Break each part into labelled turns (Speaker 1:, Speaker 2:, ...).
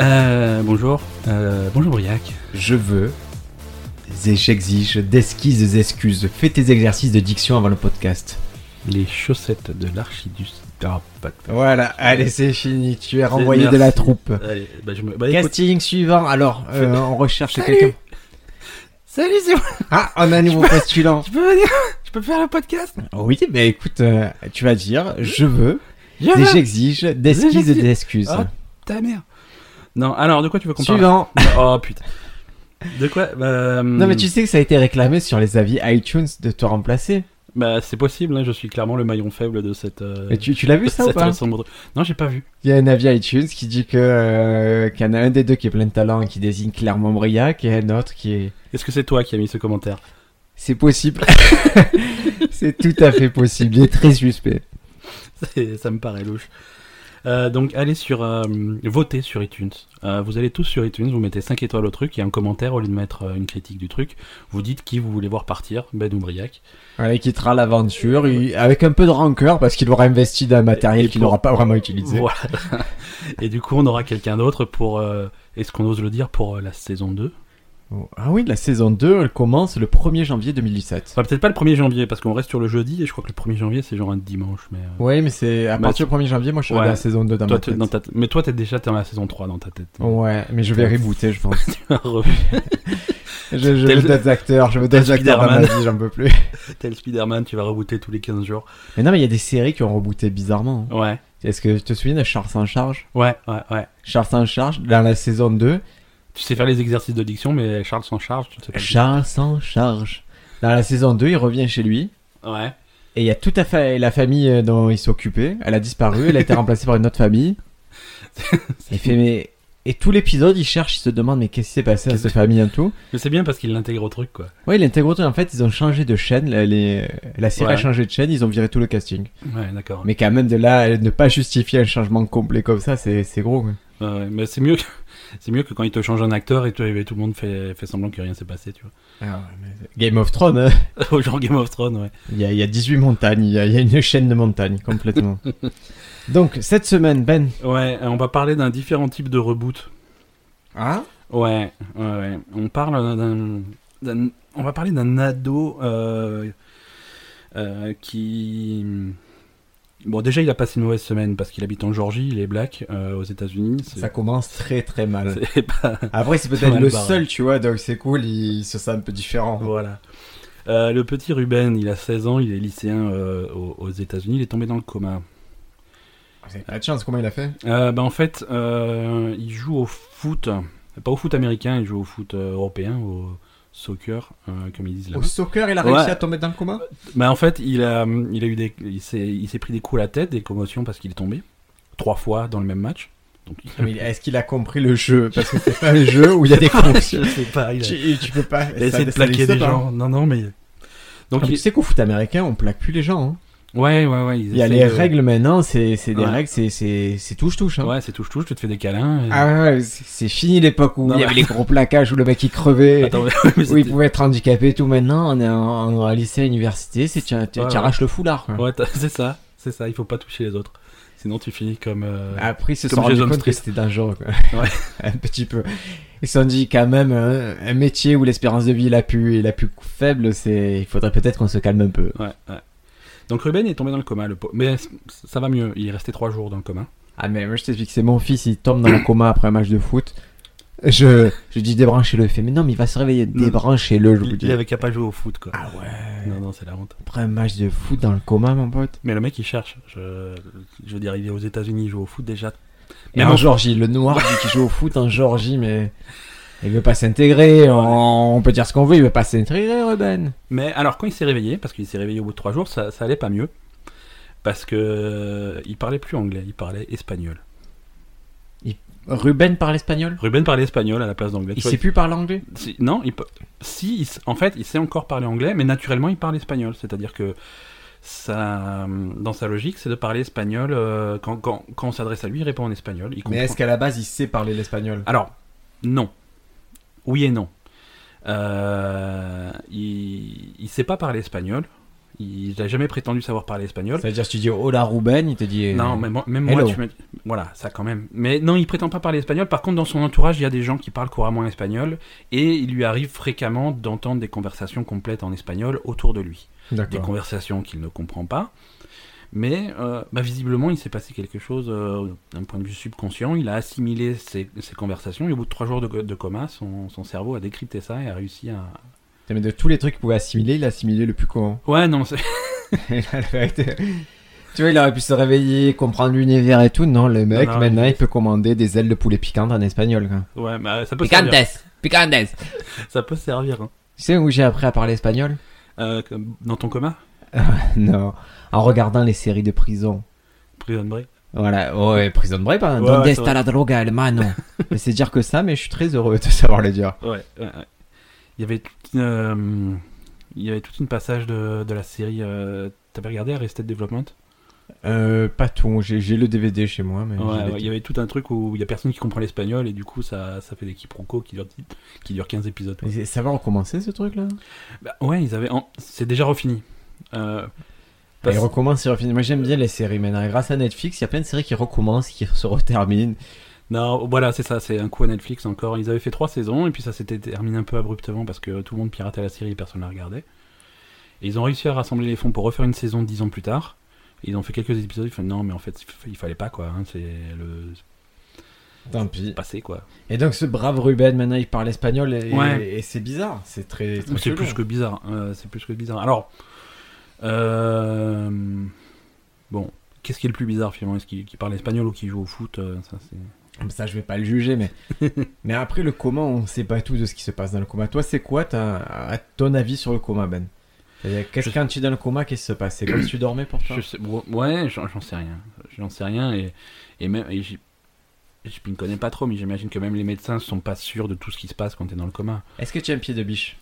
Speaker 1: Euh, bonjour. Euh, bonjour Briac.
Speaker 2: Je veux. J'exige, d'esquisses excuses. Fais tes exercices de diction avant le podcast.
Speaker 1: Les chaussettes de l'archidus. Ah, pas de-
Speaker 2: Voilà, allez, c'est fini. Tu es renvoyé
Speaker 1: Merci.
Speaker 2: de la troupe.
Speaker 1: Allez, bah, je me... bah, écoute,
Speaker 2: Casting suivant. Alors, euh, on recherche
Speaker 1: Salut.
Speaker 2: quelqu'un.
Speaker 1: Salut, c'est moi.
Speaker 2: Ah, on a un nouveau postulant.
Speaker 1: Tu peux venir Je peux faire le podcast
Speaker 2: Oui, mais écoute, euh, tu vas dire, je veux,
Speaker 1: Je
Speaker 2: et
Speaker 1: veux.
Speaker 2: j'exige, d'esquisses et
Speaker 1: J'exige.
Speaker 2: d'excuses.
Speaker 1: Ah, Ta mère. Non, alors de quoi tu veux qu'on parle
Speaker 2: Suivant.
Speaker 1: Oh putain. De quoi bah, euh,
Speaker 2: Non, mais tu sais que ça a été réclamé sur les avis iTunes de te remplacer.
Speaker 1: bah, c'est possible, hein, je suis clairement le maillon faible de cette. euh,
Speaker 2: Mais tu, tu l'as
Speaker 1: de
Speaker 2: vu ça ou
Speaker 1: cette
Speaker 2: pas
Speaker 1: sombre- Non, j'ai pas vu.
Speaker 2: Il y a un avis iTunes qui dit que euh, qu'il y en a un des deux qui est plein de talent et qui désigne clairement Briac et un autre qui est...
Speaker 1: Est-ce que c'est toi qui as mis ce commentaire
Speaker 2: C'est possible. C'est tout à fait possible. Il est très suspect.
Speaker 1: C'est- Ça me paraît louche. Euh, donc allez sur euh, votez sur iTunes. Euh, vous allez tous sur iTunes, vous mettez 5 étoiles au truc, il y a un commentaire au lieu de mettre euh, une critique du truc. Vous dites qui vous voulez voir partir, Ben ou Briac.
Speaker 2: Voilà, il quittera l'aventure il- avec un peu de rancœur parce qu'il aura investi d'un matériel
Speaker 1: Et
Speaker 2: qu'il
Speaker 1: pour-
Speaker 2: n'aura pas vraiment utilisé.
Speaker 1: Voilà. Et du coup on aura quelqu'un d'autre pour euh, est-ce qu'on ose le dire pour euh, la saison 2
Speaker 2: Ah oui, la saison 2, elle commence le 1er janvier 2017.
Speaker 1: Enfin peut-être pas le 1er janvier parce qu'on reste sur le jeudi et je crois que le 1er janvier c'est genre un dimanche mais euh,
Speaker 2: Oui, mais c'est à
Speaker 1: Bah,
Speaker 2: partir du 1er janvier, moi je suis
Speaker 1: Ouais.
Speaker 2: à la saison 2 dans
Speaker 1: toi,
Speaker 2: ma
Speaker 1: t'es
Speaker 2: tête.
Speaker 1: dans ta- mais toi t'es déjà t'es dans la saison 3 dans ta tête.
Speaker 2: Ouais, mais je vais rebooter, je pense. je, je
Speaker 1: Tel-
Speaker 2: veux d'autres acteurs, je veux d'autres
Speaker 1: Tel
Speaker 2: acteurs dans ma
Speaker 1: Spider-Man.
Speaker 2: vie, j'en peux plus.
Speaker 1: Tel Spider-Man, tu vas rebooter tous les 15 jours.
Speaker 2: Mais non, mais il y a des séries qui ont rebooté bizarrement. hein.
Speaker 1: Ouais.
Speaker 2: Est-ce que tu te souviens de Charles en charge
Speaker 1: Ouais, ouais, ouais.
Speaker 2: Charles en charge, dans la saison 2,
Speaker 1: Tu sais faire les exercices de diction, mais Charles s'en charge. Tu sais pas
Speaker 2: Charles en charge. Dans la saison 2, il revient chez lui.
Speaker 1: Ouais.
Speaker 2: Et il y a toute la, fa- la famille euh, dont il s'occupait. Elle a disparu, elle a été remplacée par une autre famille. Il fait, mais... Et tout l'épisode, il cherche, il se demande, mais qu'est-ce qui s'est passé à cette famille et tout
Speaker 1: Mais c'est bien parce qu'il l'intègre au truc, quoi.
Speaker 2: Ouais, il intègre tout. En fait, ils ont changé de chaîne. la- les- La série
Speaker 1: Ouais.
Speaker 2: a changé de chaîne, ils ont viré tout le casting.
Speaker 1: Ouais, d'accord.
Speaker 2: Mais quand même, de là, à ne pas justifier un changement complet comme ça, c'est c'est gros. quoi.
Speaker 1: Ouais, ouais. mais c'est mieux, que... c'est mieux que quand il te change un acteur et, toi, et tout le monde fait, fait semblant que rien s'est passé, tu vois.
Speaker 2: Game of Thrones, hein.
Speaker 1: Au genre Game of Thrones, ouais.
Speaker 2: Il y, a, il y a 18 montagnes, il y a, il y a une chaîne de montagnes complètement. Donc cette semaine, Ben.
Speaker 1: Ouais, euh, on va parler d'un différent type de reboot.
Speaker 2: Ah
Speaker 1: Ouais, ouais, ouais. On parle d'un- d'un. On va parler d'un ado euh, euh, qui. Bon, déjà, il a passé une mauvaise semaine parce qu'il habite en Georgie, il est black euh, aux États-Unis. c'est-
Speaker 2: Ça commence très très mal.
Speaker 1: c'est pas-
Speaker 2: Après c'est
Speaker 1: C'est
Speaker 2: peut-être
Speaker 1: mal
Speaker 2: le
Speaker 1: barré.
Speaker 2: seul, tu vois, donc c'est cool, il, il se sent un peu différent.
Speaker 1: Voilà. Euh, le petit Ruben, il a 16 ans, il est lycéen euh, aux, aux États-Unis, il est tombé dans le coma.
Speaker 2: C'est pas de chance, comment il a fait
Speaker 1: Euh, bah, en fait, euh, il joue au foot, pas au foot américain, il joue au foot euh, européen, au soccer, euh, comme ils disent là.
Speaker 2: Au soccer, il a
Speaker 1: Ouais.
Speaker 2: réussi à tomber dans le coma
Speaker 1: Bah, en fait, il a, il a eu des, il s'est, il s'est pris des coups à la tête, des commotions parce qu'il est tombé trois fois dans le même match. Donc,
Speaker 2: Non, mais Est-ce qu'il a compris le jeu Parce que c'est pas le jeu où il y a des convictions.
Speaker 1: je sais pas, il a,
Speaker 2: tu, tu peux pas.
Speaker 1: il a essayé de plaquer des gens. Non, non, mais donc
Speaker 2: Donc, tu
Speaker 1: il-
Speaker 2: sais qu'au foot américain, on plaque plus les gens. hein.
Speaker 1: ouais, ouais, ouais.
Speaker 2: Il y a les règles maintenant, c'est c'est des
Speaker 1: Ouais.
Speaker 2: règles, c'est- c'est c'est touche-touche. hein.
Speaker 1: Ouais, c'est touche touche, tu te fais des câlins. et-
Speaker 2: Ah ouais, c'est c'est fini l'époque où
Speaker 1: Non,
Speaker 2: il y
Speaker 1: mais-
Speaker 2: avait les gros plaquages, où le mec il crevait,
Speaker 1: Attends, mais-
Speaker 2: où il
Speaker 1: c'était-
Speaker 2: pouvait être handicapé et tout. Maintenant, on est en, en- en lycée, université, c'est tu tu-
Speaker 1: Ouais,
Speaker 2: tu arraches le foulard. quoi.
Speaker 1: Ouais, t'as- c'est ça, c'est ça, il faut pas toucher les autres. Sinon tu finis comme... euh,
Speaker 2: Après, ils se
Speaker 1: Comme
Speaker 2: sont rendus
Speaker 1: Jason
Speaker 2: compte
Speaker 1: Street.
Speaker 2: que c'était dangereux. Quoi.
Speaker 1: Ouais.
Speaker 2: un petit peu. Ils se sont dit quand même, hein, un métier où l'espérance de vie est la plus, est la plus faible, c'est il faudrait peut-être qu'on se calme un peu.
Speaker 1: Ouais, ouais. Donc Ruben est tombé dans le coma, le pau- mais c- ça va mieux, il est resté trois jours dans le coma.
Speaker 2: Ah mais moi je t'explique, c'est mon fils, il tombe dans le coma après un match de foot. Je, je dis débranchez-le, il fait mais non mais il va se réveiller,
Speaker 1: Non.
Speaker 2: débranchez-le, je vous
Speaker 1: Il,
Speaker 2: dis.
Speaker 1: il avait qu'à pas jouer au foot quoi.
Speaker 2: Ah ouais.
Speaker 1: Non, non, c'est la honte.
Speaker 2: Après un match de foot dans le coma mon pote.
Speaker 1: Mais le mec il cherche, je, je veux dire, il est aux états unis il joue au foot déjà.
Speaker 2: Et
Speaker 1: Même
Speaker 2: en
Speaker 1: en-
Speaker 2: Georgie, le noir dit qu'il joue au foot en Georgie, mais il veut pas s'intégrer. On... on peut dire ce qu'on veut, il veut pas s'intégrer, Ruben.
Speaker 1: Mais alors quand il s'est réveillé, parce qu'il s'est réveillé au bout de trois jours, ça, ça allait pas mieux. Parce que euh, il parlait plus anglais, il parlait espagnol.
Speaker 2: Ruben parle espagnol
Speaker 1: Ruben parlait espagnol à la place d'anglais.
Speaker 2: Il
Speaker 1: tu vois,
Speaker 2: sait plus parler anglais
Speaker 1: Si- non, il peut- si, il s- en fait, il sait encore parler anglais, mais naturellement, il parle espagnol. C'est-à-dire que ça, dans sa logique, c'est de parler espagnol. euh, quand, quand- quand on s'adresse à lui, il répond en espagnol. Il comprend.
Speaker 2: qu'à la base, il sait parler l'espagnol
Speaker 1: Alors, non. Oui et non. Euh, il ne sait pas parler espagnol. Il n'a jamais prétendu savoir parler espagnol.
Speaker 2: Ah. C'est-à-dire, si tu dis hola Ruben, il te dit. euh,
Speaker 1: Non, mais moi- même moi,
Speaker 2: Hello.
Speaker 1: tu me- voilà, ça quand même. Mais non, il prétend pas parler espagnol. Par contre, dans son entourage, il y a des gens qui parlent couramment espagnol et il lui arrive fréquemment d'entendre des conversations complètes en espagnol autour de lui. Des
Speaker 2: D'accord.
Speaker 1: conversations qu'il ne comprend pas. Mais euh, bah, visiblement, il s'est passé quelque chose euh, d'un point de vue subconscient. Il a assimilé ces, ces conversations et au bout de trois jours de, de coma, son, son cerveau a décrypté ça et a réussi à.
Speaker 2: Putain, Mais de tous les trucs qu'il pouvait assimiler, il a assimilé le plus courant.
Speaker 1: Ouais, non, c'est-
Speaker 2: Il a le mec de- tu vois, il aurait pu se réveiller, comprendre l'univers et tout. Non, le mec,
Speaker 1: Non, non,
Speaker 2: maintenant, il peut commander des ailes de poulet piquantes en espagnol. quoi.
Speaker 1: ouais, bah, ça peut servir.
Speaker 2: Picantes Picantes
Speaker 1: Ça peut servir. hein.
Speaker 2: Tu sais où j'ai appris à parler espagnol
Speaker 1: Euh, comme dans ton coma,
Speaker 2: Non, en regardant les séries de prison.
Speaker 1: Prison Break.
Speaker 2: Voilà, oh, et Prison Break, par exemple.
Speaker 1: Ouais,
Speaker 2: Donde
Speaker 1: ouais,
Speaker 2: está
Speaker 1: c'est
Speaker 2: la droga, hermano Mais C'est dire que ça, mais je suis très heureux de savoir le dire.
Speaker 1: Ouais, ouais, ouais. Il y avait toute une, euh, il y avait toute une passage de, de la série. euh, T'avais regardé Arrested Development
Speaker 2: Euh, pas tout, j'ai j'ai le DVD chez moi, mais...
Speaker 1: Ouais,
Speaker 2: j'ai le
Speaker 1: ouais, il y avait tout un truc où il y a personne qui comprend l'espagnol et du coup ça, ça fait des quiproquos qui durent, qui durent 15 épisodes. quoi.
Speaker 2: Mais Ça va recommencer ce truc-là
Speaker 1: Bah, ouais, ils avaient. en- C'est déjà refini. Euh,
Speaker 2: Il
Speaker 1: parce-
Speaker 2: recommence, il refait- Moi j'aime bien les séries maintenant. Et Grâce à Netflix, il y a plein de séries qui recommencent, qui se reterminent.
Speaker 1: Non, voilà, c'est ça, c'est un coup à Netflix encore. Ils avaient fait trois saisons et puis ça s'était terminé un peu abruptement parce que tout le monde piratait la série et personne ne la regardait. Et ils ont réussi à rassembler les fonds pour refaire une saison dix ans plus tard. Et ils ont fait quelques épisodes, ils font non, mais en fait, il fallait pas quoi, hein, c'est le
Speaker 2: Tant pis.
Speaker 1: passé quoi.
Speaker 2: Et donc ce brave Ruben, maintenant il parle espagnol et,
Speaker 1: Ouais.
Speaker 2: et c'est bizarre. C'est très. très
Speaker 1: C'est plus
Speaker 2: chelou.
Speaker 1: que bizarre, euh, c'est plus que bizarre. Alors, euh, bon, qu'est-ce qui est le plus bizarre finalement Est-ce qu'il qu'il parle espagnol ou qu'il joue au foot euh, ça, c'est-
Speaker 2: Comme ça, je vais pas le juger, mais. mais après le comment, on sait pas tout de ce qui se passe dans le coma. Toi, c'est quoi ta- à ton avis sur le coma, Ben C'est-à-dire, Qu'est-ce
Speaker 1: Je-
Speaker 2: quand tu es dans le coma, qu'est-ce qui se passe C'est comme si tu dormais pour toi
Speaker 1: Je sais- ouais, ouais, j'en j'en sais rien. J'en sais rien et, et même et j'y- je m'y connais pas trop, mais j'imagine que même les médecins sont pas sûrs de tout ce qui se passe quand t'es dans le coma.
Speaker 2: Est-ce que tu as un pied de biche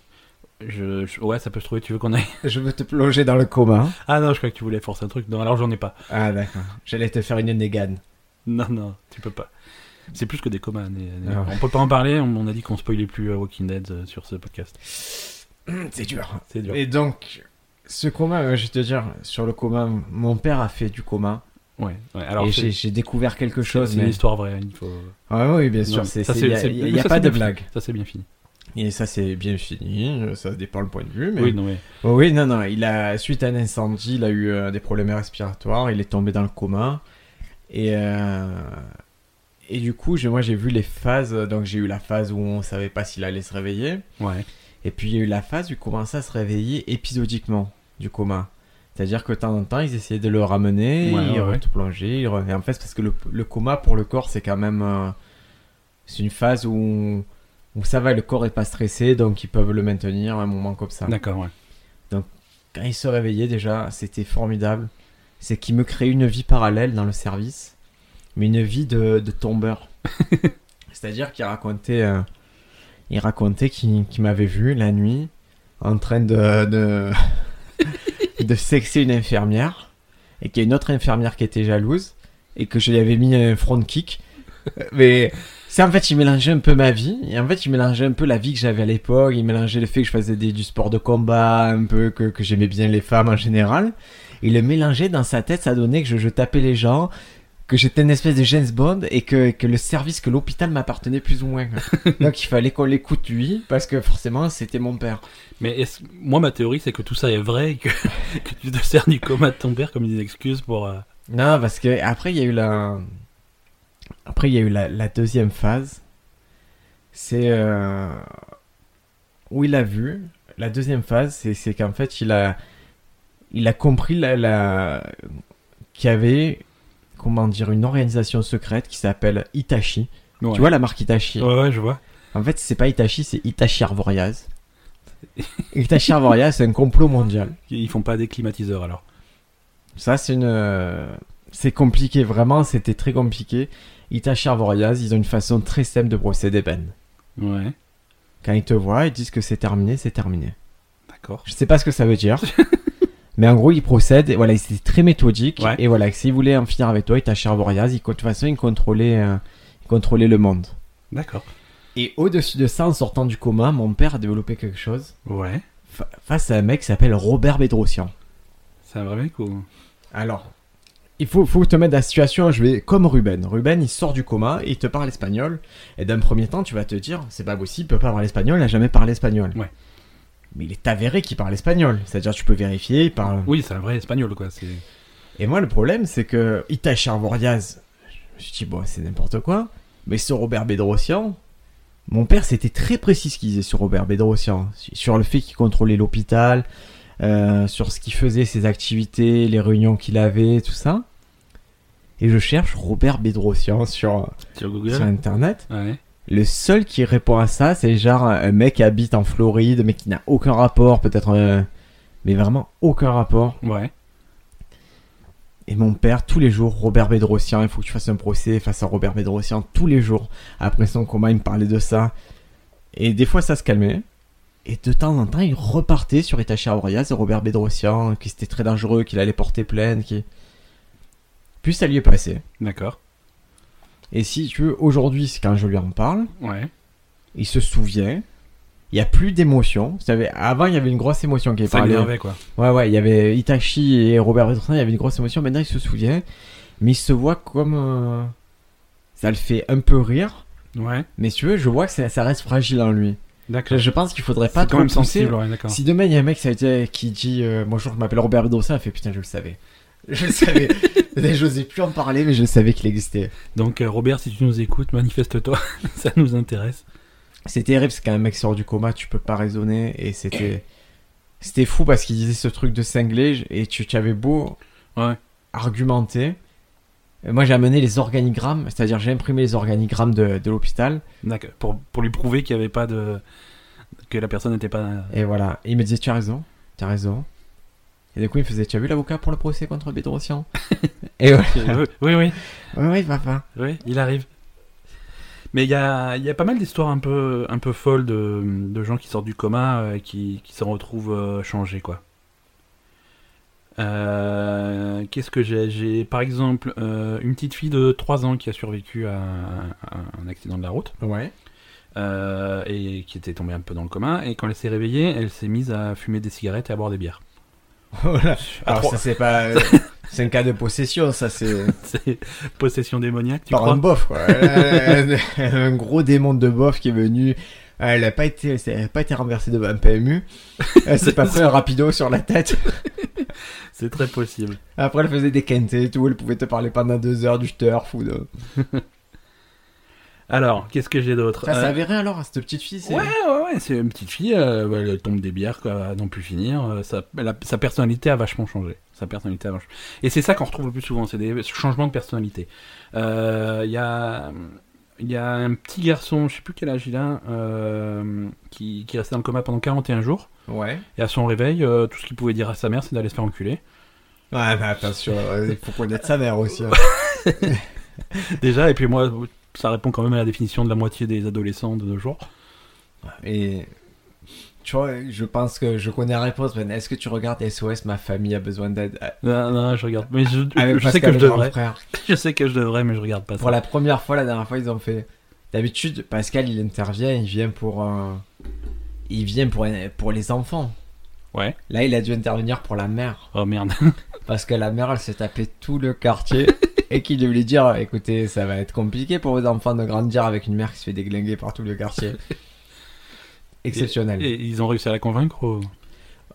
Speaker 1: Je, je- ouais, ça peut se trouver. Tu veux qu'on aille
Speaker 2: Je veux te plonger dans le coma.
Speaker 1: Ah non, je croyais que tu voulais forcer un truc. Non, alors j'en ai pas.
Speaker 2: Ah d'accord. J'allais te faire une négane.
Speaker 1: Non, non, tu peux pas. C'est plus que des comas. des- des-
Speaker 2: Ah ouais.
Speaker 1: On peut pas en parler. On, on a dit qu'on spoilait plus euh, Walking Dead euh, sur ce podcast.
Speaker 2: Hum, C'est dur.
Speaker 1: C'est dur.
Speaker 2: Et donc, ce coma, euh, je vais te dire, sur le coma, mon père a fait du coma.
Speaker 1: Ouais, ouais, Alors
Speaker 2: et
Speaker 1: c'est-
Speaker 2: j'ai- j'ai découvert quelque
Speaker 1: c'est
Speaker 2: chose.
Speaker 1: une
Speaker 2: Mais...
Speaker 1: histoire vraie. Il faut.
Speaker 2: Ah oui, bien
Speaker 1: Non,
Speaker 2: sûr. c'est-
Speaker 1: ça,
Speaker 2: c'est-
Speaker 1: c'est-
Speaker 2: Il n'y a,
Speaker 1: c'est-
Speaker 2: il y
Speaker 1: mais
Speaker 2: a
Speaker 1: ça,
Speaker 2: pas
Speaker 1: c'est
Speaker 2: de
Speaker 1: bien
Speaker 2: blague.
Speaker 1: Ça c'est bien fini.
Speaker 2: Et ça, c'est bien fini. Ça dépend le point de vue. Mais...
Speaker 1: Oui, non mais.
Speaker 2: Oh oui, non, non. Il a, suite à un incendie, il a eu euh, des problèmes respiratoires. Il est tombé dans le coma. Et, euh, et du coup, j'ai- moi, j'ai vu les phases. Donc, j'ai eu la phase où on savait pas s'il allait se réveiller.
Speaker 1: Ouais.
Speaker 2: Et puis il y a eu la phase où il commençait à se réveiller épisodiquement du coma. C'est-à-dire que de temps en temps, ils essayaient de le ramener,
Speaker 1: Ouais,
Speaker 2: ils
Speaker 1: ouais, ouais.
Speaker 2: replongeaient, ils revenaient. En fait, c'est parce que le, le coma, pour le corps, c'est quand même... euh, c'est une phase où, où ça va, le corps est pas stressé, donc ils peuvent le maintenir à un moment comme ça.
Speaker 1: D'accord. Ouais.
Speaker 2: Quand il se réveillait déjà, c'était formidable. C'est qu'il me créait une vie parallèle dans le service, mais une vie de, de tombeur. C'est-à-dire qu'il racontait, euh, il racontait qu'il qu'il m'avait vu la nuit en train de, de, de sexer une infirmière et qu'il y a une autre infirmière qui était jalouse et que je lui avais mis un front kick. Euh, Mais c'est en fait, il mélangeait un peu ma vie et en fait, il mélangeait un peu la vie que j'avais à l'époque. Il mélangeait le fait que je faisais des- du sport de combat, un peu que, que j'aimais bien les femmes en général. Il le mélangeait dans sa tête, ça donnait que je, je tapais les gens, que j'étais une espèce de James Bond et que, que le service, que l'hôpital m'appartenait plus ou moins. quoi. Donc il fallait qu'on l'écoute lui parce que forcément, c'était mon père.
Speaker 1: Mais est-ce- moi, ma théorie, c'est que tout ça est vrai et que, que tu te sers du coma de ton père comme une excuse pour. euh,
Speaker 2: Non, parce que après il y a eu la après il y a eu la, la deuxième phase. C'est euh, où il a vu. La deuxième phase, c'est c'est qu'en fait il a il a compris la, la... qu'il y avait comment dire une organisation secrète qui s'appelle Itachi.
Speaker 1: Ouais.
Speaker 2: Tu vois la marque Itachi.
Speaker 1: Ouais, ouais, je vois.
Speaker 2: En fait, c'est pas Itachi, c'est Itachi Arvoriaz. Itachi Arvoriaz, c'est un complot mondial.
Speaker 1: Ils font pas des climatiseurs alors.
Speaker 2: Ça, c'est une. euh, C'est compliqué, vraiment, c'était très compliqué. Itachi Arvoriaz, ils ont une façon très simple de procéder, Ben.
Speaker 1: Ouais,
Speaker 2: Quand ils te voient, ils disent que c'est terminé, c'est terminé.
Speaker 1: d'accord.
Speaker 2: Je sais pas ce que ça veut dire. mais en gros, ils procèdent, et voilà, c'est très méthodique.
Speaker 1: Ouais.
Speaker 2: Et voilà, s'ils voulaient en finir avec toi, Itachi Arvoriaz, ils, de toute façon, ils contrôlaient, euh, ils contrôlaient le monde.
Speaker 1: D'accord.
Speaker 2: Et au-dessus de ça, en sortant du coma, mon père a développé quelque chose
Speaker 1: Ouais.
Speaker 2: fa- face à un mec qui s'appelle Robert Bedrosian.
Speaker 1: C'est un vrai mec ou.
Speaker 2: Alors, il faut, faut te mettre dans la situation, je vais comme Ruben. Ruben, il sort du coma, il te parle espagnol, et d'un premier temps, tu vas te dire, c'est pas possible, il peut pas parler espagnol, il a jamais parlé espagnol.
Speaker 1: Ouais.
Speaker 2: Mais il est avéré qu'il parle espagnol, c'est-à-dire tu peux vérifier, il parle.
Speaker 1: Oui, c'est un vrai espagnol, quoi. c'est-
Speaker 2: Et moi, le problème, c'est que Ita Charvoriaz, je me suis dit, bon, c'est n'importe quoi. Mais sur Robert Bédrossian, mon père, c'était très précis ce qu'il disait sur Robert Bédrossian. Sur le fait qu'il contrôlait l'hôpital, euh, sur ce qu'il faisait, ses activités, les réunions qu'il avait, tout ça. Et je cherche Robert Bédrossian sur,
Speaker 1: Sur
Speaker 2: sur
Speaker 1: Google
Speaker 2: Internet.
Speaker 1: Ouais.
Speaker 2: Le seul qui répond à ça, c'est genre un mec qui habite en Floride, mais qui n'a aucun rapport, peut-être. euh, mais vraiment aucun rapport.
Speaker 1: Ouais.
Speaker 2: Et mon père, tous les jours, Robert Bédrossian, il faut que tu fasses un procès face à Robert Bédrossian, tous les jours. Après son coma, il me parlait de ça. Et des fois, ça se calmait. Et de temps en temps, il repartait sur Itachi Aurias et Robert Bédrossian, que c'était très dangereux, qu'il allait porter plainte. Qui... Puis ça lui est passé.
Speaker 1: D'accord.
Speaker 2: Et si tu veux, aujourd'hui, c'est quand je lui en parle,
Speaker 1: Ouais.
Speaker 2: il se souvient. Il n'y a plus d'émotion. Vous savez, Avant, il y avait une grosse émotion qui est
Speaker 1: Ça
Speaker 2: parlée.
Speaker 1: l'énervait, quoi.
Speaker 2: Ouais, ouais, il y avait Itachi et Robert Pattinson, il y avait une grosse émotion. Maintenant, il se souvient, mais il se voit comme. euh, Ça le fait un peu rire,
Speaker 1: Ouais.
Speaker 2: mais si tu veux, je vois que ça, ça reste fragile en lui. Je,
Speaker 1: D'accord.
Speaker 2: je pense qu'il faudrait pas
Speaker 1: C'est
Speaker 2: trop
Speaker 1: quand même
Speaker 2: pousser.
Speaker 1: sensible, ouais, d'accord.
Speaker 2: Si demain il y a un mec ça a été- qui dit euh, Bonjour, je m'appelle Robert Pattinson, il fait Putain, je le savais. Je le savais. je n'osais plus en parler, mais je savais qu'il existait.
Speaker 1: Donc, euh, Robert, si tu nous écoutes, manifeste-toi. ça nous intéresse.
Speaker 2: C'est terrible parce qu'un mec sort du coma, tu peux pas raisonner, et c'était. C'était fou parce qu'il disait ce truc de cinglé, et tu, tu avais beau
Speaker 1: Ouais.
Speaker 2: argumenté. Euh, Moi, j'ai amené les organigrammes, c'est-à-dire j'ai imprimé les organigrammes de, de l'hôpital.
Speaker 1: D'accord. Pour, pour lui prouver qu'il n'y avait pas de. que la personne n'était pas. euh,
Speaker 2: Et voilà, Et il me disait, tu as raison, tu as raison. Et du coup, il me faisait, tu as vu l'avocat pour le procès contre Bédrossian Et ouais,
Speaker 1: oui, oui, oui.
Speaker 2: ouais, ouais, papa.
Speaker 1: Oui, il arrive. Mais il y a, il y a pas mal d'histoires un peu, un peu folles de, de gens qui sortent du coma euh, et qui, qui se retrouvent euh, changés, quoi. Euh, Qu'est-ce que j'ai J'ai par exemple euh, une petite fille de 3 ans qui a survécu à, à un accident de la route
Speaker 2: Ouais.
Speaker 1: euh, et qui était tombée un peu dans le coma. Et quand elle s'est réveillée, elle s'est mise à fumer des cigarettes et à boire des bières.
Speaker 2: voilà.
Speaker 1: À
Speaker 2: Alors,
Speaker 1: trois-
Speaker 2: ça, c'est pas. euh, c'est un cas de possession, ça, c'est
Speaker 1: C'est possession démoniaque, tu
Speaker 2: par un
Speaker 1: crois
Speaker 2: bof, quoi. un, un gros démon de bof qui est venu. Ah, Elle a pas été, elle a pas été renversée devant un PMU. Elle s'est pas pris un rapido sur la tête.
Speaker 1: C'est très possible.
Speaker 2: Après, elle faisait des quintés et tout, elle pouvait te parler pendant deux heures du turf ou de.
Speaker 1: Alors, qu'est-ce que j'ai d'autre
Speaker 2: Ça
Speaker 1: Euh,
Speaker 2: s'est avéré alors à cette petite fille c'est-
Speaker 1: Ouais, ouais, ouais, c'est une petite fille, euh, elle tombe des bières, quoi, à n'en plus finir. euh, sa, la- sa personnalité a vachement changé. Sa personnalité a vachement... Et c'est ça qu'on retrouve le plus souvent, c'est des changements de personnalité. Euh, Il y, a, il y a un petit garçon, je sais plus quel âge il a, euh, qui, qui est resté dans le coma pendant 41 jours.
Speaker 2: Ouais.
Speaker 1: Et à son réveil, euh, tout ce qu'il pouvait dire à sa mère, c'est d'aller se faire enculer.
Speaker 2: Ouais, bah, bien sûr, euh, il faut connaître sa mère aussi. hein.
Speaker 1: Déjà, et puis moi, ça répond quand même à la définition de la moitié des adolescents de nos jours.
Speaker 2: Et. Tu vois, je pense que je connais la réponse, mais est-ce que tu regardes SOS, ma famille a besoin d'aide Ah,
Speaker 1: Non, non, je regarde. Mais je,
Speaker 2: avec
Speaker 1: je sais
Speaker 2: Ah, Pascal
Speaker 1: que je
Speaker 2: le grand
Speaker 1: devrais.
Speaker 2: frère.
Speaker 1: Je sais que je devrais, mais je regarde pas ça.
Speaker 2: Pour la première fois, la dernière fois, ils ont fait. D'habitude, Pascal, il intervient, il vient pour. euh, Il vient pour, pour les enfants.
Speaker 1: Ouais.
Speaker 2: Là, il a dû intervenir pour la mère.
Speaker 1: Oh merde.
Speaker 2: Parce que la mère, elle s'est tapée tout le quartier et qu'il devait lui dire écoutez, ça va être compliqué pour vos enfants de grandir avec une mère qui se fait déglinguer par tout le quartier. Exceptionnel.
Speaker 1: Et ils ont réussi à la convaincre ou-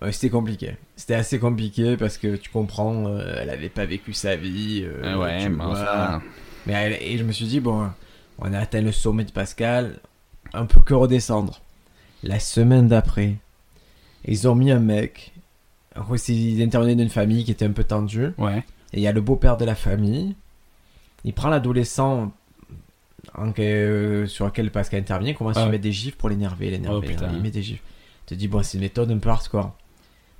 Speaker 2: Euh, C'était compliqué. C'était assez compliqué parce que tu comprends, euh, elle avait pas vécu sa vie. euh, tu
Speaker 1: Ah mais
Speaker 2: vois.
Speaker 1: enfin,
Speaker 2: Mais elle- et je me suis dit bon, on a atteint le sommet de Pascal, on peut que redescendre. La semaine d'après, ils ont mis un mec. En gros, c'est- ils intervenaient d'une famille qui était un peu tendue.
Speaker 1: Ouais,
Speaker 2: Et il y a le beau-père de la famille. Il prend l'adolescent en que- euh, sur lequel Pascal intervient, commence à
Speaker 1: Ah
Speaker 2: lui
Speaker 1: ouais.
Speaker 2: mettre des gifles pour l'énerver, l'énerver.
Speaker 1: Oh, putain.
Speaker 2: l'énerver, Il met des gifles. Il te dit, bon, c'est une méthode un peu hardcore.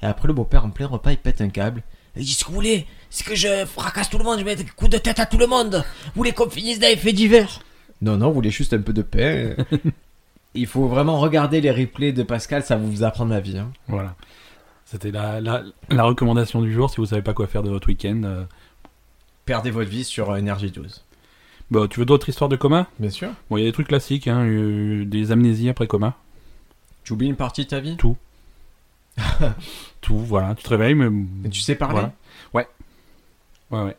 Speaker 2: Et après, le beau-père, en plein repas, il pète un câble. Il dit, ce que vous voulez, c'est que je fracasse tout le monde, je mets des coups de tête à tout le monde. Vous voulez qu'on finisse d'un effet divers Non, non, vous voulez juste un peu de paix. il faut vraiment regarder les replays de Pascal, ça va vous apprendre la vie. hein.
Speaker 1: voilà. C'était la, la, la recommandation du jour si vous savez pas quoi faire de votre week-end. euh.
Speaker 2: Perdez votre vie sur Energy 12.
Speaker 1: Bon, Bah, tu veux d'autres histoires de coma
Speaker 2: Bien sûr.
Speaker 1: Bon, il y a des trucs classiques, hein, euh, des amnésies après coma.
Speaker 2: Tu oublies une partie de ta vie
Speaker 1: Tout, voilà. Tu te réveilles, mais.
Speaker 2: Mais tu sais parler
Speaker 1: Voilà. Ouais, ouais.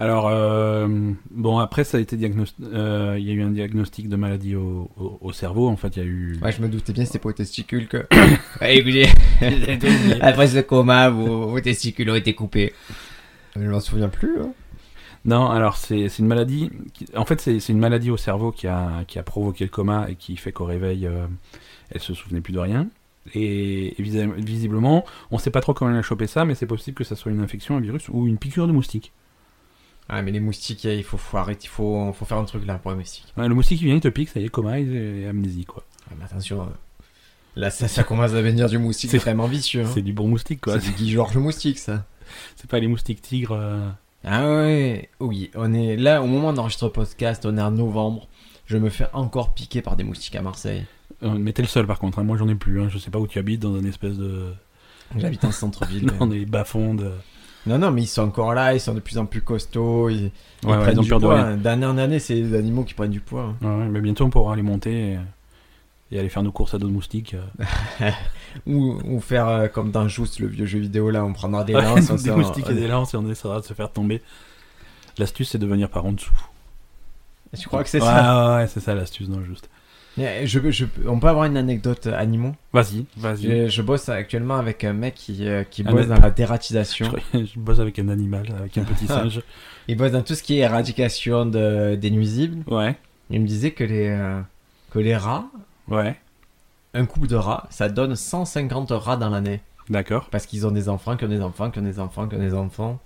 Speaker 1: Alors, euh, bon, après, ça a été diagnosti- euh, il y a eu un diagnostic de maladie au, au- au cerveau. En fait, il y a eu.
Speaker 2: Ouais, je me doutais bien que c'était pas au testicule que. ouais, écoutez, après ce coma, vos, vos testicules ont été coupés. Je m'en souviens plus. hein.
Speaker 1: Non, alors c'est c'est une maladie. qui- En fait, c'est c'est une maladie au cerveau qui a, qui a provoqué le coma et qui fait qu'au réveil, euh, elle se souvenait plus de rien. Et visi- visiblement, on sait pas trop comment elle a chopé ça, mais c'est possible que ça soit une infection, un virus ou une piqûre de moustique.
Speaker 2: Ah, mais les moustiques, il faut, faut arrêter, il faut, faut faire un truc là pour les moustiques.
Speaker 1: Ouais, le moustique il vient, il te pique, ça y est, coma et, et amnésie quoi.
Speaker 2: Ah, mais attention, euh, là, ça, ça commence à devenir du moustique
Speaker 1: C'est-
Speaker 2: vraiment vicieux. hein.
Speaker 1: C'est du bon moustique quoi.
Speaker 2: C'est du Guy Georges moustique, ça.
Speaker 1: C'est pas les moustiques tigres. euh.
Speaker 2: Ah ouais, oui, on est là au moment d'enregistrer le podcast, on est en novembre. Je me fais encore piquer par des moustiques à Marseille.
Speaker 1: Euh, Mais t'es le seul par contre. hein. Moi j'en ai plus. hein. Je sais pas où tu habites dans un espèce de
Speaker 2: J'habite en centre-ville.
Speaker 1: dans des bas fonds. De...
Speaker 2: non, non, mais ils sont encore là, ils sont de plus en plus costauds. Ils, ils
Speaker 1: Ouais, ouais,
Speaker 2: prennent
Speaker 1: ils ont
Speaker 2: du
Speaker 1: peur de
Speaker 2: poids.
Speaker 1: rien.
Speaker 2: hein. D'année en année, c'est les animaux qui prennent du poids. hein.
Speaker 1: Ouais, ouais, mais bientôt on pourra les monter et, et aller faire nos courses à dos de moustiques. euh.
Speaker 2: Ou, ou faire euh, comme dans Just, le vieux jeu vidéo là, on prendra des
Speaker 1: Ouais,
Speaker 2: lances. on
Speaker 1: des
Speaker 2: sort- euh,
Speaker 1: moustiques et des lances et on essaiera de se faire tomber. L'astuce c'est de venir par en dessous.
Speaker 2: Je crois que c'est
Speaker 1: ouais,
Speaker 2: ça.
Speaker 1: Ouais, ouais, c'est ça l'astuce, non, juste.
Speaker 2: Eh, Je, je- on peut avoir une anecdote euh, animaux
Speaker 1: Vas-y, vas-y.
Speaker 2: je, je bosse actuellement avec un mec qui, euh, qui
Speaker 1: Un
Speaker 2: bosse
Speaker 1: mec-
Speaker 2: dans la
Speaker 1: Je,
Speaker 2: dératisation.
Speaker 1: croyais- je bosse avec un animal, avec un petit singe.
Speaker 2: Il bosse dans tout ce qui est éradication de, des nuisibles.
Speaker 1: Ouais,
Speaker 2: Il me disait que les, euh, que les rats,
Speaker 1: ouais,
Speaker 2: un couple de rats, ça donne 150 rats dans l'année.
Speaker 1: d'accord.
Speaker 2: Parce qu'ils ont des enfants, qui ont des enfants, qui ont des enfants, qui ont des enfants.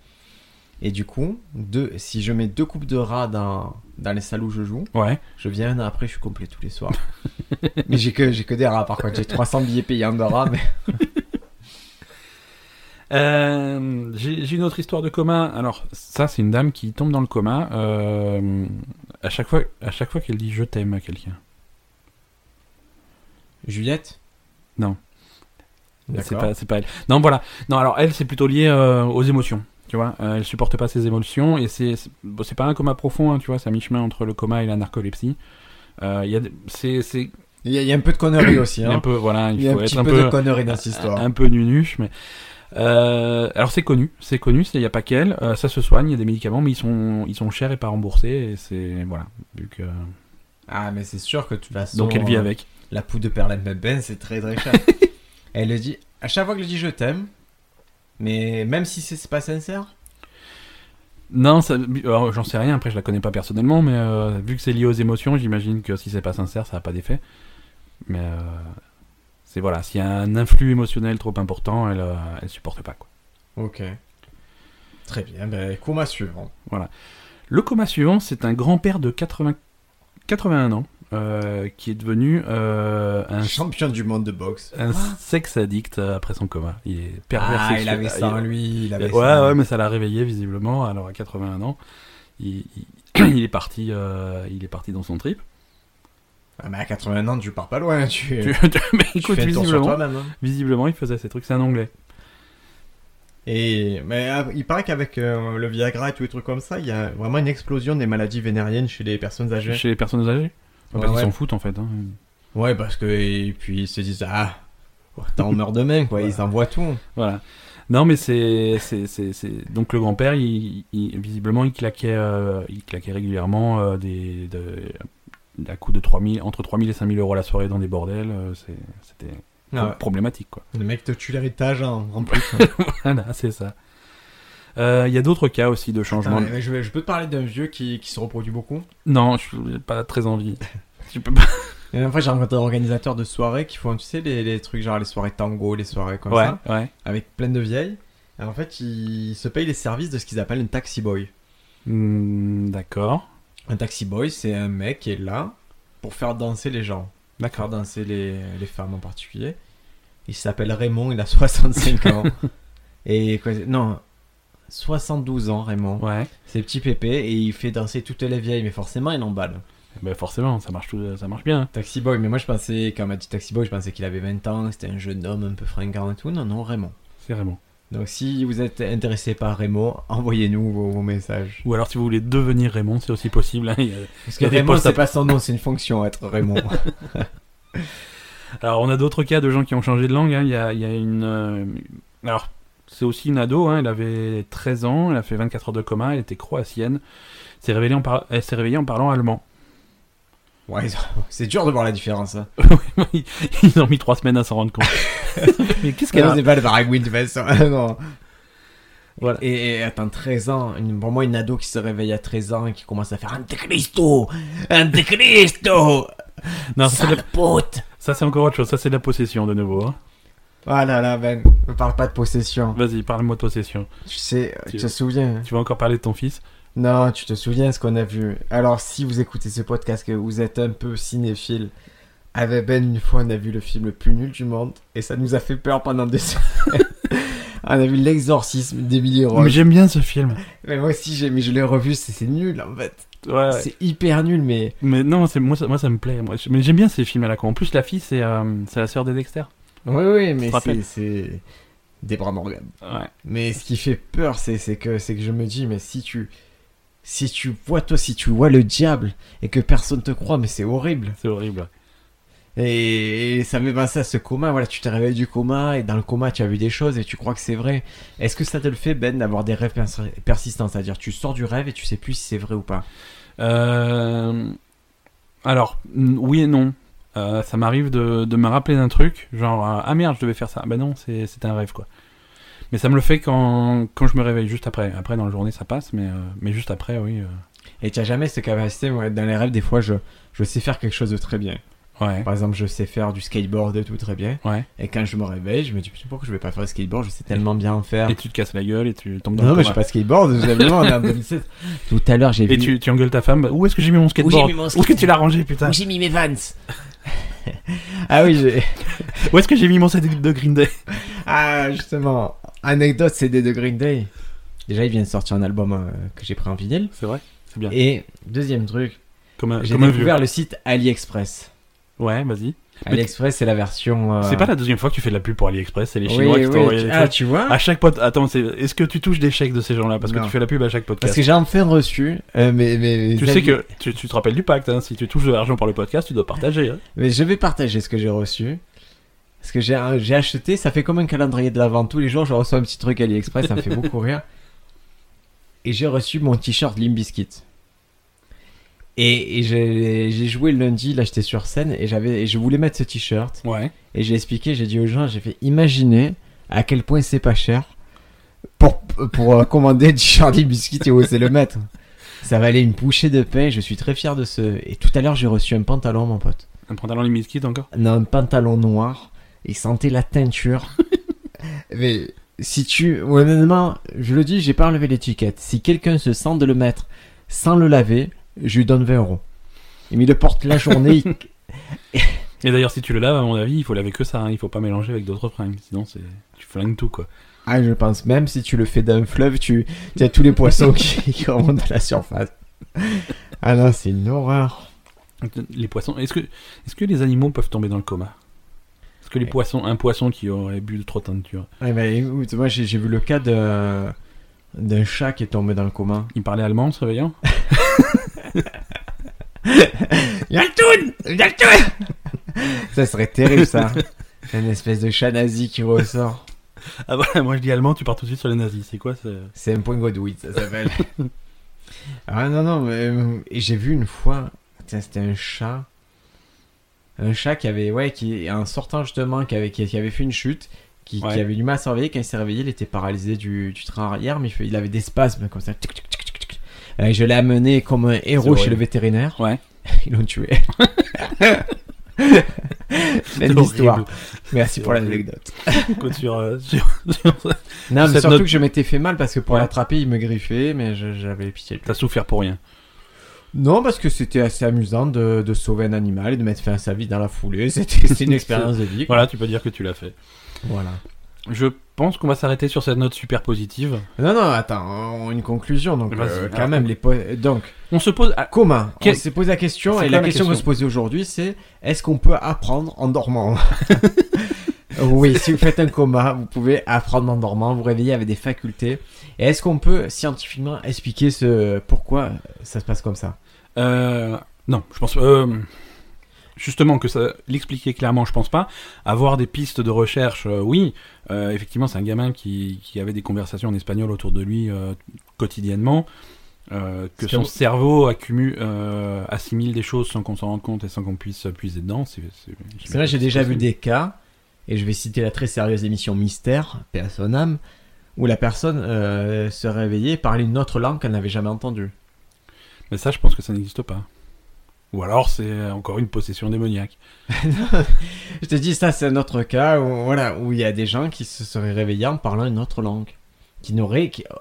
Speaker 2: Et du coup, deux, si je mets deux couples de rats dans, dans les salles où je joue,
Speaker 1: Ouais,
Speaker 2: je viens un an après, je suis complet tous les soirs. mais j'ai que, j'ai que des rats par contre, j'ai 300 billets payants de rats. Mais...
Speaker 1: Euh, J'ai j'ai une autre histoire de coma. Alors, ça, c'est une dame qui tombe dans le coma euh, à chaque fois, à chaque fois qu'elle dit je t'aime à quelqu'un.
Speaker 2: Juliette
Speaker 1: Non. C'est
Speaker 2: D'accord.
Speaker 1: pas, c'est pas elle. Non, voilà. Non, alors elle, c'est plutôt lié euh, aux émotions. Tu vois, Euh, elle supporte pas ses émotions et c'est c'est bon, c'est pas un coma profond, hein, tu vois, c'est à mi-chemin entre le coma et la narcolepsie. Euh, il y a des- c'est c'est
Speaker 2: Il y, a- il y a un peu de conneries aussi.
Speaker 1: un
Speaker 2: Hein.
Speaker 1: peu voilà, il
Speaker 2: Il y a un
Speaker 1: faut
Speaker 2: petit
Speaker 1: être
Speaker 2: peu,
Speaker 1: un peu
Speaker 2: de conneries dans cette histoire.
Speaker 1: un peu nunuche, mais euh, alors c'est connu, c'est connu, c'est- il n'y a pas qu'elle, Euh, ça se soigne, il y a des médicaments, mais ils sont ils sont chers et pas remboursés et c'est voilà, vu que
Speaker 2: Ah, mais c'est sûr que de toute façon.
Speaker 1: donc elle vit
Speaker 2: euh,
Speaker 1: avec.
Speaker 2: La poudre de perlette ben c'est très très cher. elle le dit à chaque fois que je dis je t'aime, mais même si c'est c'est pas sincère.
Speaker 1: Non, ça- alors, j'en sais rien. Après, je la connais pas personnellement, mais euh, vu que c'est lié aux émotions, j'imagine que si c'est pas sincère, ça a pas d'effet. Mais euh, c'est voilà, s'il y a un influx émotionnel trop important, elle, euh, elle supporte pas. Quoi.
Speaker 2: Ok. Très bien, ben, coma suivant.
Speaker 1: Le coma suivant, c'est un grand-père de 80 81 ans euh, qui est devenu euh, un,
Speaker 2: Champion du monde de boxe.
Speaker 1: un sex addict euh, après son coma. Il est pervers
Speaker 2: ah,
Speaker 1: sexuel.
Speaker 2: il avait ça
Speaker 1: Ah,
Speaker 2: en
Speaker 1: il-
Speaker 2: lui, il
Speaker 1: ouais,
Speaker 2: avait ça.
Speaker 1: ouais, mais ça l'a réveillé visiblement. Alors à 81 ans, il, il- il est parti, euh, il est parti dans son trip.
Speaker 2: Ah, mais à 80 ans, tu pars pas loin, tu,
Speaker 1: Tu- tu- mais
Speaker 2: tu
Speaker 1: écoute,
Speaker 2: fais le tour sur
Speaker 1: visiblement,
Speaker 2: toi-même. hein.
Speaker 1: visiblement, il faisait ces trucs, c'est un anglais.
Speaker 2: Et mais ah, il paraît qu'avec euh, le Viagra et tous les trucs comme ça, il y a vraiment une explosion des maladies vénériennes chez les personnes âgées.
Speaker 1: Chez les personnes âgées
Speaker 2: Ouais,
Speaker 1: Parce qu'ils
Speaker 2: ouais.
Speaker 1: s'en foutent en fait. hein.
Speaker 2: Ouais, parce que et puis ils se disent ah, on meurt demain quoi, ils envoient tout.
Speaker 1: Voilà. Non, mais c'est. c'est- c'est- c'est- Donc le grand-père, il, il- visiblement, il claquait, euh, il claquait régulièrement euh, des. de- à coup de 3000, entre 3000 et 5000 euros la soirée dans des bordels, euh, c'est- c'était
Speaker 2: Ah
Speaker 1: pro- problématique quoi.
Speaker 2: Le mec te tue l'héritage hein, en plus.
Speaker 1: Voilà, c'est ça. Euh, Il y a d'autres cas aussi de changement.
Speaker 2: Attends, mais hein. je, je peux te parler d'un vieux qui, qui se reproduit beaucoup.
Speaker 1: Non, je n'ai pas très envie. Je peux pas-
Speaker 2: La dernière fois, j'ai rencontré un organisateur de soirées qui font, tu sais, les, les trucs genre les soirées tango, les soirées comme
Speaker 1: Ouais,
Speaker 2: ça,
Speaker 1: ouais.
Speaker 2: avec plein de vieilles. Et en fait, ils se payent les services de ce qu'ils appellent un taxi boy.
Speaker 1: Hmm, D'accord.
Speaker 2: Un taxi boy, c'est un mec qui est là pour faire danser les gens, faire danser les, les femmes en particulier. Il s'appelle Raymond, il a 65 ans. Et quoi, non, 72 ans, Raymond.
Speaker 1: Ouais.
Speaker 2: C'est petit pépé et il fait danser toutes les vieilles, mais forcément, il emballe.
Speaker 1: Ben forcément, ça marche, tout- ça marche bien. hein.
Speaker 2: Taxi Boy, mais moi je pensais, quand on m'a dit Taxi Boy, je pensais qu'il avait 20 ans, c'était un jeune homme un peu fringant et tout. Non, non, Raymond.
Speaker 1: C'est Raymond.
Speaker 2: Donc si vous êtes intéressé par Raymond, envoyez-nous vos, vos messages.
Speaker 1: Ou alors, si vous voulez devenir Raymond, c'est aussi possible. hein, il y a-
Speaker 2: Parce
Speaker 1: Il
Speaker 2: que
Speaker 1: y a des
Speaker 2: Raymond,
Speaker 1: postes à-
Speaker 2: c'est pas son nom, c'est une fonction, être Raymond.
Speaker 1: Alors, on a d'autres cas de gens qui ont changé de langue. hein, Il y, a, il y a une. euh, Alors, C'est aussi une ado, hein, elle avait 13 ans, elle a fait 24 heures de coma, elle était croatienne. S'est révélée en par- Elle s'est réveillée en parlant allemand.
Speaker 2: Ouais, ils ont- c'est dur de voir la différence. Hein.
Speaker 1: Ils ont mis 3 semaines à s'en rendre compte. Ah, Mais qu'est-ce qu'elle
Speaker 2: Non,
Speaker 1: a
Speaker 2: c'est pas le baragouin de façon. hein. non.
Speaker 1: Voilà.
Speaker 2: Et, et attends, 13 ans, une- pour moi, une ado qui se réveille à 13 ans et qui commence à faire Antecristo Antecristo
Speaker 1: Non, ça, c'est de
Speaker 2: Sale
Speaker 1: la-
Speaker 2: pute
Speaker 1: ça, c'est encore autre chose, ça c'est de la possession de nouveau. hein.
Speaker 2: Ah là là, Ben, ne parle pas de possession.
Speaker 1: Vas-y, parle-moi de possession.
Speaker 2: Tu sais, tu
Speaker 1: Tu-
Speaker 2: te souviens hein.
Speaker 1: Tu vas encore parler de ton fils
Speaker 2: Non, tu te souviens ce qu'on a vu. Alors, si vous écoutez ce podcast, que vous êtes un peu cinéphile, avec Ben, une fois, on a vu le film le plus nul du monde, et ça nous a fait peur pendant des semaines. on a vu l'exorcisme d'Emily Rose.
Speaker 1: Mais j'aime bien ce film.
Speaker 2: Mais moi aussi, j'ai, mais je l'ai revu, c'est, c'est nul en fait.
Speaker 1: Ouais.
Speaker 2: C'est hyper nul, mais.
Speaker 1: Mais non, c'est moi, ça, moi ça me plaît. Moi, je- mais j'aime bien ces films à la con. En plus, la fille, c'est euh, c'est la sœur de Dexter.
Speaker 2: Oui, oui, mais
Speaker 1: te rappelles
Speaker 2: c'est, c'est. Des bras Morgan.
Speaker 1: Ouais.
Speaker 2: Mais ce qui fait peur, c'est, c'est, que, c'est que je me dis, mais si tu. Si tu vois, toi, si tu vois le diable et que personne te croit, mais c'est horrible.
Speaker 1: C'est horrible.
Speaker 2: Et, et ça met ben ça, ce coma, voilà, tu t'es réveillé du coma et dans le coma, tu as vu des choses et tu crois que c'est vrai. Est-ce que ça te le fait, Ben, d'avoir des rêves pers- persistants C'est-à-dire, tu sors du rêve et tu sais plus si c'est vrai ou pas.
Speaker 1: Euh, alors, n- oui et non. Euh, ça m'arrive de, de me rappeler d'un truc, genre euh, ah merde, je devais faire ça. Ben non, c'est c'était un rêve quoi. Mais ça me le fait quand, quand je me réveille juste après. Après dans la journée ça passe, mais euh, mais juste après oui. euh,
Speaker 2: Et tu as jamais cette capacité, moi, dans les rêves, des fois, je, je sais faire quelque chose de très bien.
Speaker 1: ouais.
Speaker 2: Par exemple, je sais faire du skateboard et tout très bien.
Speaker 1: Ouais.
Speaker 2: Et quand je me réveille, je me dis, putain, pourquoi je vais pas faire le skateboard Je sais tellement bien en faire.
Speaker 1: Et tu te casses la gueule et tu tombes dans
Speaker 2: Non,
Speaker 1: le
Speaker 2: mais je
Speaker 1: coma.
Speaker 2: sais pas skateboard, tout simplement, on est en 2007. Tout à l'heure, j'ai vu.
Speaker 1: Et tu, tu engueules ta femme. bah, Où est-ce que j'ai mis mon skateboard
Speaker 2: mis mon
Speaker 1: Où est-ce que tu l'as rangé putain
Speaker 2: Où j'ai mis mes vans Ah oui, j'ai.
Speaker 1: Où est-ce que j'ai mis mon set de Green Day
Speaker 2: Ah, justement, anecdote CD de Green Day. Déjà, il vient de sortir un album euh, que j'ai pris en vinyle.
Speaker 1: C'est vrai. C'est bien.
Speaker 2: Et deuxième truc,
Speaker 1: Comme un,
Speaker 2: j'ai
Speaker 1: comme un vieux.
Speaker 2: découvert le site AliExpress.
Speaker 1: Ouais, vas-y. Mais
Speaker 2: AliExpress, c'est la version. euh,
Speaker 1: C'est pas la deuxième fois que tu fais de la pub pour AliExpress, c'est les
Speaker 2: Oui,
Speaker 1: Chinois qui
Speaker 2: oui,
Speaker 1: t'ont envoyé
Speaker 2: tu-
Speaker 1: les
Speaker 2: Ah,
Speaker 1: trucs.
Speaker 2: tu vois
Speaker 1: À chaque pote, attends, c'est- est-ce que tu touches des chèques de ces gens-là Parce
Speaker 2: Non.
Speaker 1: que tu fais la pub à chaque
Speaker 2: Parce
Speaker 1: podcast.
Speaker 2: que j'ai enfin reçu. euh, mais, mais,
Speaker 1: Tu sais que tu, tu te rappelles du pacte, hein, si tu touches de l'argent par le podcast, tu dois partager. hein.
Speaker 2: Mais je vais partager ce que j'ai reçu. Parce que j'ai j'ai acheté, ça fait comme un calendrier de l'avant. Tous les jours, je reçois un petit truc AliExpress, ça me fait beaucoup rire. Et j'ai reçu mon t-shirt Limp Bizkit. Et, et j'ai j'ai joué le lundi, l'acheter sur scène, et, j'avais- et je voulais mettre ce t-shirt.
Speaker 1: Ouais.
Speaker 2: Et j'ai expliqué, j'ai dit aux gens, j'ai fait imaginer à quel point c'est pas cher pour, pour euh, commander un t-shirt Limp Bizkit et oser le mettre. Ça valait une bouchée de pain, je suis très fier de ce. Et tout à l'heure, j'ai reçu un pantalon, mon pote
Speaker 1: Un pantalon limite kit encore
Speaker 2: dans un pantalon noir. Il sentait la teinture. Mais si tu. Honnêtement, je le dis, j'ai pas enlevé l'étiquette. Si quelqu'un se sent de le mettre sans le laver, je lui donne 20 euros. Et mais il le porte la journée. il-
Speaker 1: Et d'ailleurs, si tu le laves, à mon avis, il faut laver que ça, hein, il faut pas mélanger avec d'autres fringues, sinon c'est tu flingues tout quoi.
Speaker 2: Ah, je pense, même si tu le fais d'un fleuve, tu, tu as tous les poissons qui, qui remontent à la surface. Ah non, c'est une horreur.
Speaker 1: Les poissons, est-ce que est-ce que les animaux peuvent tomber dans le coma Est-ce que les
Speaker 2: Ouais.
Speaker 1: poissons, un poisson qui aurait bu de trop de teinture,
Speaker 2: Ouais, mais Eh ben, écoute, moi j'ai j'ai vu le cas de- d'un chat qui est tombé dans le coma.
Speaker 1: il parlait allemand, le surveillant
Speaker 2: Yaltoun Yaltoun Ça serait terrible ça. Une espèce de chat nazi qui ressort.
Speaker 1: Ah voilà, moi je dis allemand, tu pars tout de suite sur les nazis, c'est quoi c'est-
Speaker 2: C'est un point Godwin, ça s'appelle. ah non, non, mais euh, et j'ai vu une fois, tiens, c'était un chat. Un chat qui avait, ouais, qui en sortant justement, qui avait, qui, qui avait fait une chute, qui,
Speaker 1: Ouais.
Speaker 2: qui avait du mal à surveiller. Quand il s'est réveillé, il était paralysé du, du train arrière, mais il, fait- il avait des spasmes comme ça. Tic, tic, tic, tic, tic. Euh, je l'ai amené comme un héros chez
Speaker 1: horrible.
Speaker 2: le vétérinaire.
Speaker 1: Ouais.
Speaker 2: Ils l'ont tué.
Speaker 1: C'est
Speaker 2: Même histoire.
Speaker 1: horrible.
Speaker 2: Merci
Speaker 1: C'est
Speaker 2: pour
Speaker 1: horrible.
Speaker 2: l'anecdote.
Speaker 1: Écoute, sur, euh, sur- sur-
Speaker 2: Non, mais
Speaker 1: Cette
Speaker 2: surtout
Speaker 1: note-
Speaker 2: que je m'étais fait mal parce que pour
Speaker 1: Ouais.
Speaker 2: l'attraper, il me griffait, mais je- j'avais pitié de lui.
Speaker 1: T'as souffert pour rien.
Speaker 2: Non, parce que c'était assez amusant de, de sauver un animal et de mettre fin à sa vie dans la foulée. C'était c'était une expérience de vie. quoi.
Speaker 1: Voilà, tu peux dire que tu l'as fait.
Speaker 2: Voilà.
Speaker 1: Je pense qu'on va s'arrêter sur cette note super positive.
Speaker 2: Non, non, attends, on- une conclusion. Donc,
Speaker 1: Vas-y,
Speaker 2: euh, quand
Speaker 1: alors,
Speaker 2: même, les po- donc,
Speaker 1: On se pose. ah,
Speaker 2: comment
Speaker 1: Quel-
Speaker 2: On s'est posé la question
Speaker 1: C'est
Speaker 2: et
Speaker 1: quoi
Speaker 2: la
Speaker 1: la
Speaker 2: question qu'on
Speaker 1: question
Speaker 2: se posait aujourd'hui, c'est est-ce qu'on peut apprendre en dormant Oui, si vous faites un coma, vous pouvez apprendre en dormant, vous réveiller avec des facultés. Et est-ce qu'on peut scientifiquement expliquer ce pourquoi ça se passe comme ça
Speaker 1: euh, non, je pense. euh, justement que ça l'expliquer clairement, je pense pas. Avoir des pistes de recherche, euh, oui. Euh, effectivement, c'est un gamin qui, qui avait des conversations en espagnol autour de lui euh, quotidiennement. euh, que
Speaker 2: Parce que-
Speaker 1: son cerveau accumule, euh, assimile des choses sans qu'on s'en rende compte et sans qu'on puisse puiser dedans. C'est c'est-
Speaker 2: C'est vrai, j'ai déjà vu
Speaker 1: possible.
Speaker 2: des cas, et je vais citer la très sérieuse émission Mystère, paix à son âme, où la personne euh, se réveillait et parlait une autre langue qu'elle n'avait jamais entendue.
Speaker 1: Mais ça, je pense que ça n'existe pas. Ou alors, c'est encore une possession démoniaque.
Speaker 2: Je te dis, ça, c'est un autre cas où, voilà, où il y a des gens qui se seraient réveillés en parlant une autre langue, qui n'auraient qui, euh,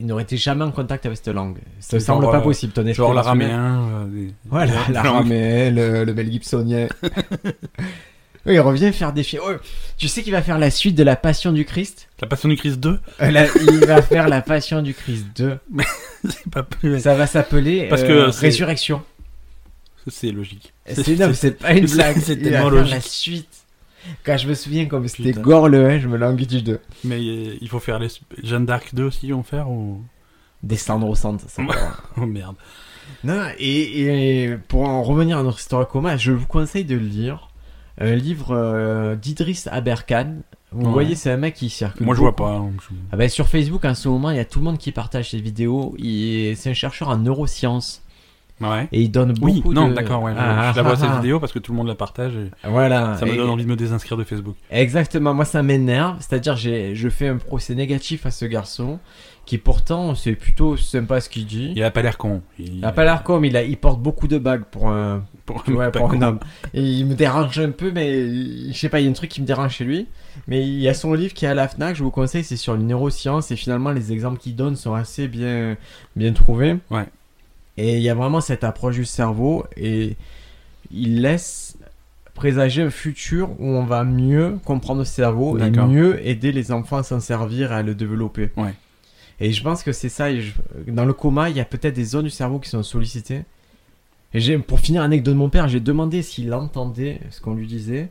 Speaker 2: ils n'auraient été jamais en contact avec cette langue. Ça me
Speaker 1: Genre,
Speaker 2: semble pas
Speaker 1: euh,
Speaker 2: possible, ton esprit.
Speaker 1: Genre
Speaker 2: rationnel-
Speaker 1: l'araméen. euh, des-
Speaker 2: Voilà,
Speaker 1: des
Speaker 2: la
Speaker 1: langues.
Speaker 2: ramée, le, le bel Gibsonien. Oui, il revient faire des films. Oh, tu sais qu'il va faire la suite de La Passion du Christ
Speaker 1: La passion du Christ 2,
Speaker 2: Euh, la- Il va faire La Passion du Christ 2.
Speaker 1: c'est pas plus.
Speaker 2: Ça va s'appeler
Speaker 1: Parce
Speaker 2: Parce
Speaker 1: que
Speaker 2: que
Speaker 1: c'est-
Speaker 2: Résurrection.
Speaker 1: C'est logique.
Speaker 2: C'est non, c'est pas une
Speaker 1: c'est-
Speaker 2: blague.
Speaker 1: c'est
Speaker 2: il
Speaker 1: tellement
Speaker 2: va faire
Speaker 1: logique.
Speaker 2: la suite. Quand je me souviens comme c'était
Speaker 1: Putain.
Speaker 2: Gore le 1, je me langue du 2.
Speaker 1: Mais euh, il faut faire les... Jeanne d'Arc 2 aussi, on va faire ou...
Speaker 2: Descendre au centre. ça va.
Speaker 1: Oh merde.
Speaker 2: Non, non, et, et pour en revenir à notre histoire de coma, je vous conseille de lire un livre euh, d'Idriss Aberkan. Vous
Speaker 1: Ouais.
Speaker 2: voyez, c'est un mec qui circule.
Speaker 1: Moi, je vois
Speaker 2: beaucoup.
Speaker 1: pas. donc je-
Speaker 2: Ah ben, sur Facebook, en ce moment, il y a tout le monde qui partage ses vidéos. Il- C'est un chercheur en neurosciences.
Speaker 1: Ouais.
Speaker 2: Et il donne beaucoup
Speaker 1: Oui, non,
Speaker 2: de-
Speaker 1: d'accord, ouais. je-
Speaker 2: Ah,
Speaker 1: je la vois
Speaker 2: ah,
Speaker 1: cette
Speaker 2: ah.
Speaker 1: vidéo parce que tout le monde la partage et
Speaker 2: Voilà.
Speaker 1: ça me
Speaker 2: Et-
Speaker 1: donne envie de me désinscrire de Facebook.
Speaker 2: Exactement, moi ça m'énerve, c'est-à-dire j'ai- je fais un procès négatif à ce garçon qui pourtant c'est plutôt sympa ce qu'il dit.
Speaker 1: Il a pas l'air con. Il,
Speaker 2: Il a pas l'air comme il, a- il porte beaucoup de bagues pour un,
Speaker 1: Pour,
Speaker 2: tu vois,
Speaker 1: pas
Speaker 2: pour un
Speaker 1: con.
Speaker 2: homme. Et il me dérange un peu, mais il- je sais pas, il y a un truc qui me dérange chez lui. Mais il y a son livre qui est à la Fnac, je vous conseille, c'est sur les neurosciences et finalement les exemples qu'il donne sont assez bien, bien trouvés.
Speaker 1: Ouais.
Speaker 2: Et il y a vraiment cette approche du cerveau et il laisse présager un futur où on va mieux comprendre le cerveau et
Speaker 1: D'accord.
Speaker 2: mieux aider les enfants à s'en servir et à le développer.
Speaker 1: Ouais.
Speaker 2: Et je pense que c'est ça. et je- Dans le coma, il y a peut-être des zones du cerveau qui sont sollicitées. Et j'ai- pour finir, anecdote de mon père, j'ai demandé s'il entendait ce qu'on lui disait.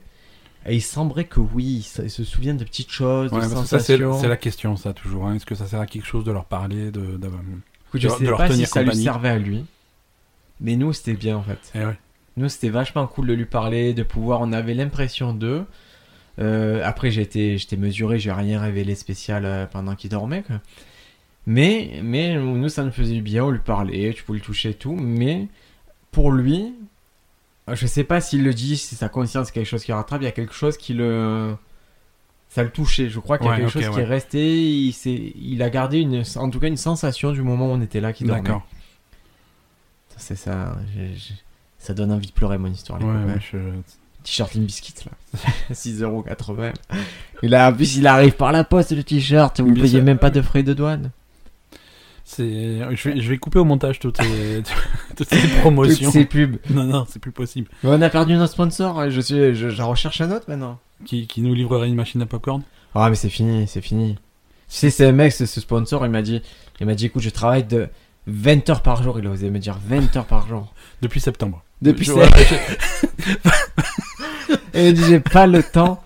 Speaker 2: Et il sembrait que oui, il se- il se souvient de petites choses,
Speaker 1: Ouais,
Speaker 2: de
Speaker 1: parce que ça, c'est
Speaker 2: sensations.
Speaker 1: c'est la question, ça, toujours. hein. Est-ce que ça sert à quelque chose de leur parler de, d'avoir-
Speaker 2: Écoute, je
Speaker 1: de- de
Speaker 2: sais
Speaker 1: leur
Speaker 2: pas si
Speaker 1: tenir
Speaker 2: ça lui
Speaker 1: compagnie.
Speaker 2: servait à lui. Mais nous, c'était bien en fait.
Speaker 1: Eh ouais.
Speaker 2: Nous, c'était vachement cool de lui parler, de pouvoir. On avait l'impression d'eux. Euh, après, j'étais, j'étais mesuré, j'ai rien révélé spécial euh, pendant qu'il dormait. quoi. Mais, mais nous, ça nous faisait du bien. On lui parlait, tu pouvais le toucher et tout. Mais pour lui, euh, je sais pas s'il le dit, si sa conscience est quelque chose qui rattrape. Il y a quelque chose qui le. Ça le touchait. Je crois qu'il y a
Speaker 1: Ouais,
Speaker 2: quelque
Speaker 1: ok,
Speaker 2: chose qui
Speaker 1: ouais.
Speaker 2: est resté. Il, s'est- il a gardé une, en tout cas une sensation du moment où on était là qui dormait.
Speaker 1: D'accord.
Speaker 2: C'est ça. j'ai- j'ai- Ça donne envie de pleurer mon histoire. les
Speaker 1: Ouais,
Speaker 2: copains.
Speaker 1: ouais, je-
Speaker 2: T-shirt Limbiskit là. 6,80€. Il a, en plus, il arrive par la poste le t-shirt. Vous ne
Speaker 1: Bien
Speaker 2: payez
Speaker 1: sûr.
Speaker 2: même pas de frais de douane.
Speaker 1: C'est... Je, vais, je vais couper au montage toutes ces, toutes ces promotions.
Speaker 2: Toutes ces pubs.
Speaker 1: Non, non, c'est plus possible.
Speaker 2: Mais on a perdu notre sponsor. Je suis, je, j'en recherche un autre maintenant.
Speaker 1: Qui, qui nous livrerait une machine à popcorn
Speaker 2: Ah, mais c'est fini, c'est fini. Tu sais, c'est un mec, ce, ce sponsor, il m'a dit, il m'a dit, écoute, je travaille de 20 heures par jour. Il a osé me dire 20 heures par jour.
Speaker 1: depuis septembre.
Speaker 2: Depuis
Speaker 1: Je-
Speaker 2: ça.
Speaker 1: ouais,
Speaker 2: Et il dit, j'ai pas le temps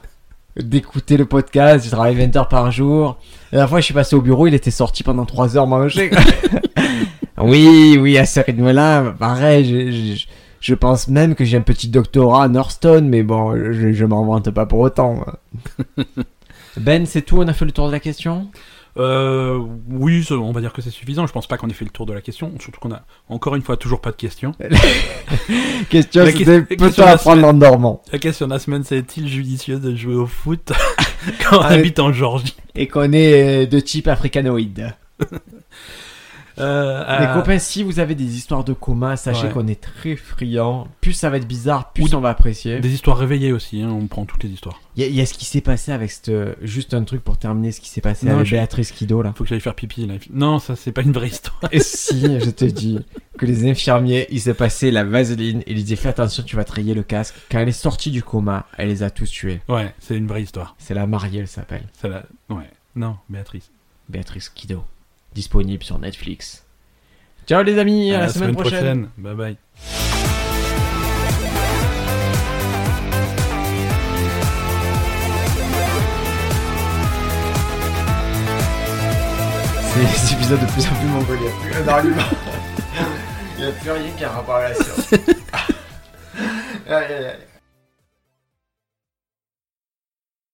Speaker 2: d'écouter le podcast, je travaille 20 heures par jour. La dernière fois, je suis passé au bureau, il était sorti pendant 3 heures manger. oui, oui, à ce rythme-là, pareil, je, je, je pense même que j'ai un petit doctorat à Northstone, mais bon, je, je m'en vante pas pour autant. Ben, c'est tout, on a fait le tour de la question
Speaker 1: Euh, oui, ça- on va dire que c'est suffisant. Je pense pas qu'on ait fait le tour de la question. Surtout qu'on a encore une fois toujours pas de questions.
Speaker 2: Question,
Speaker 1: La
Speaker 2: c'était
Speaker 1: question-
Speaker 2: peut-on
Speaker 1: question de la
Speaker 2: apprendre en dormant
Speaker 1: La question de la semaine, c'est est-il judicieux de jouer au foot quand on
Speaker 2: Allez.
Speaker 1: habite en Georgie
Speaker 2: Et qu'on est euh, de type africanoïde.
Speaker 1: Euh,
Speaker 2: Les
Speaker 1: à-
Speaker 2: copains, si vous avez des histoires de coma, sachez
Speaker 1: Ouais.
Speaker 2: qu'on est très friands. Plus ça va être bizarre, plus on va apprécier.
Speaker 1: Des histoires réveillées aussi, hein, on prend toutes les histoires.
Speaker 2: Il y, a- il y a ce qui s'est passé avec cette. Juste un truc pour terminer ce qui s'est passé
Speaker 1: Non,
Speaker 2: avec
Speaker 1: je-
Speaker 2: Béatrice Kido là.
Speaker 1: Faut que j'aille faire pipi là. Non, ça c'est pas une vraie histoire.
Speaker 2: Et si, je te dis que les infirmiers, ils s'est passé la vaseline et ils disaient fais attention, tu vas trayer le casque. Quand elle est sortie du coma, elle les a tous tués.
Speaker 1: Ouais, c'est une vraie histoire.
Speaker 2: C'est la mariée, elle s'appelle.
Speaker 1: Ça, là, ouais. Non, Béatrice.
Speaker 2: Béatrice Kido. Disponible sur Netflix. Ciao les amis, à, la, semaine, prochaine.
Speaker 1: Bye bye.
Speaker 2: C'est cet épisode de plus en plus mongol, il n'y a Ah, plus un argument. Il n'y a plus rien qui a rapport à la science. Aïe, aïe, aïe.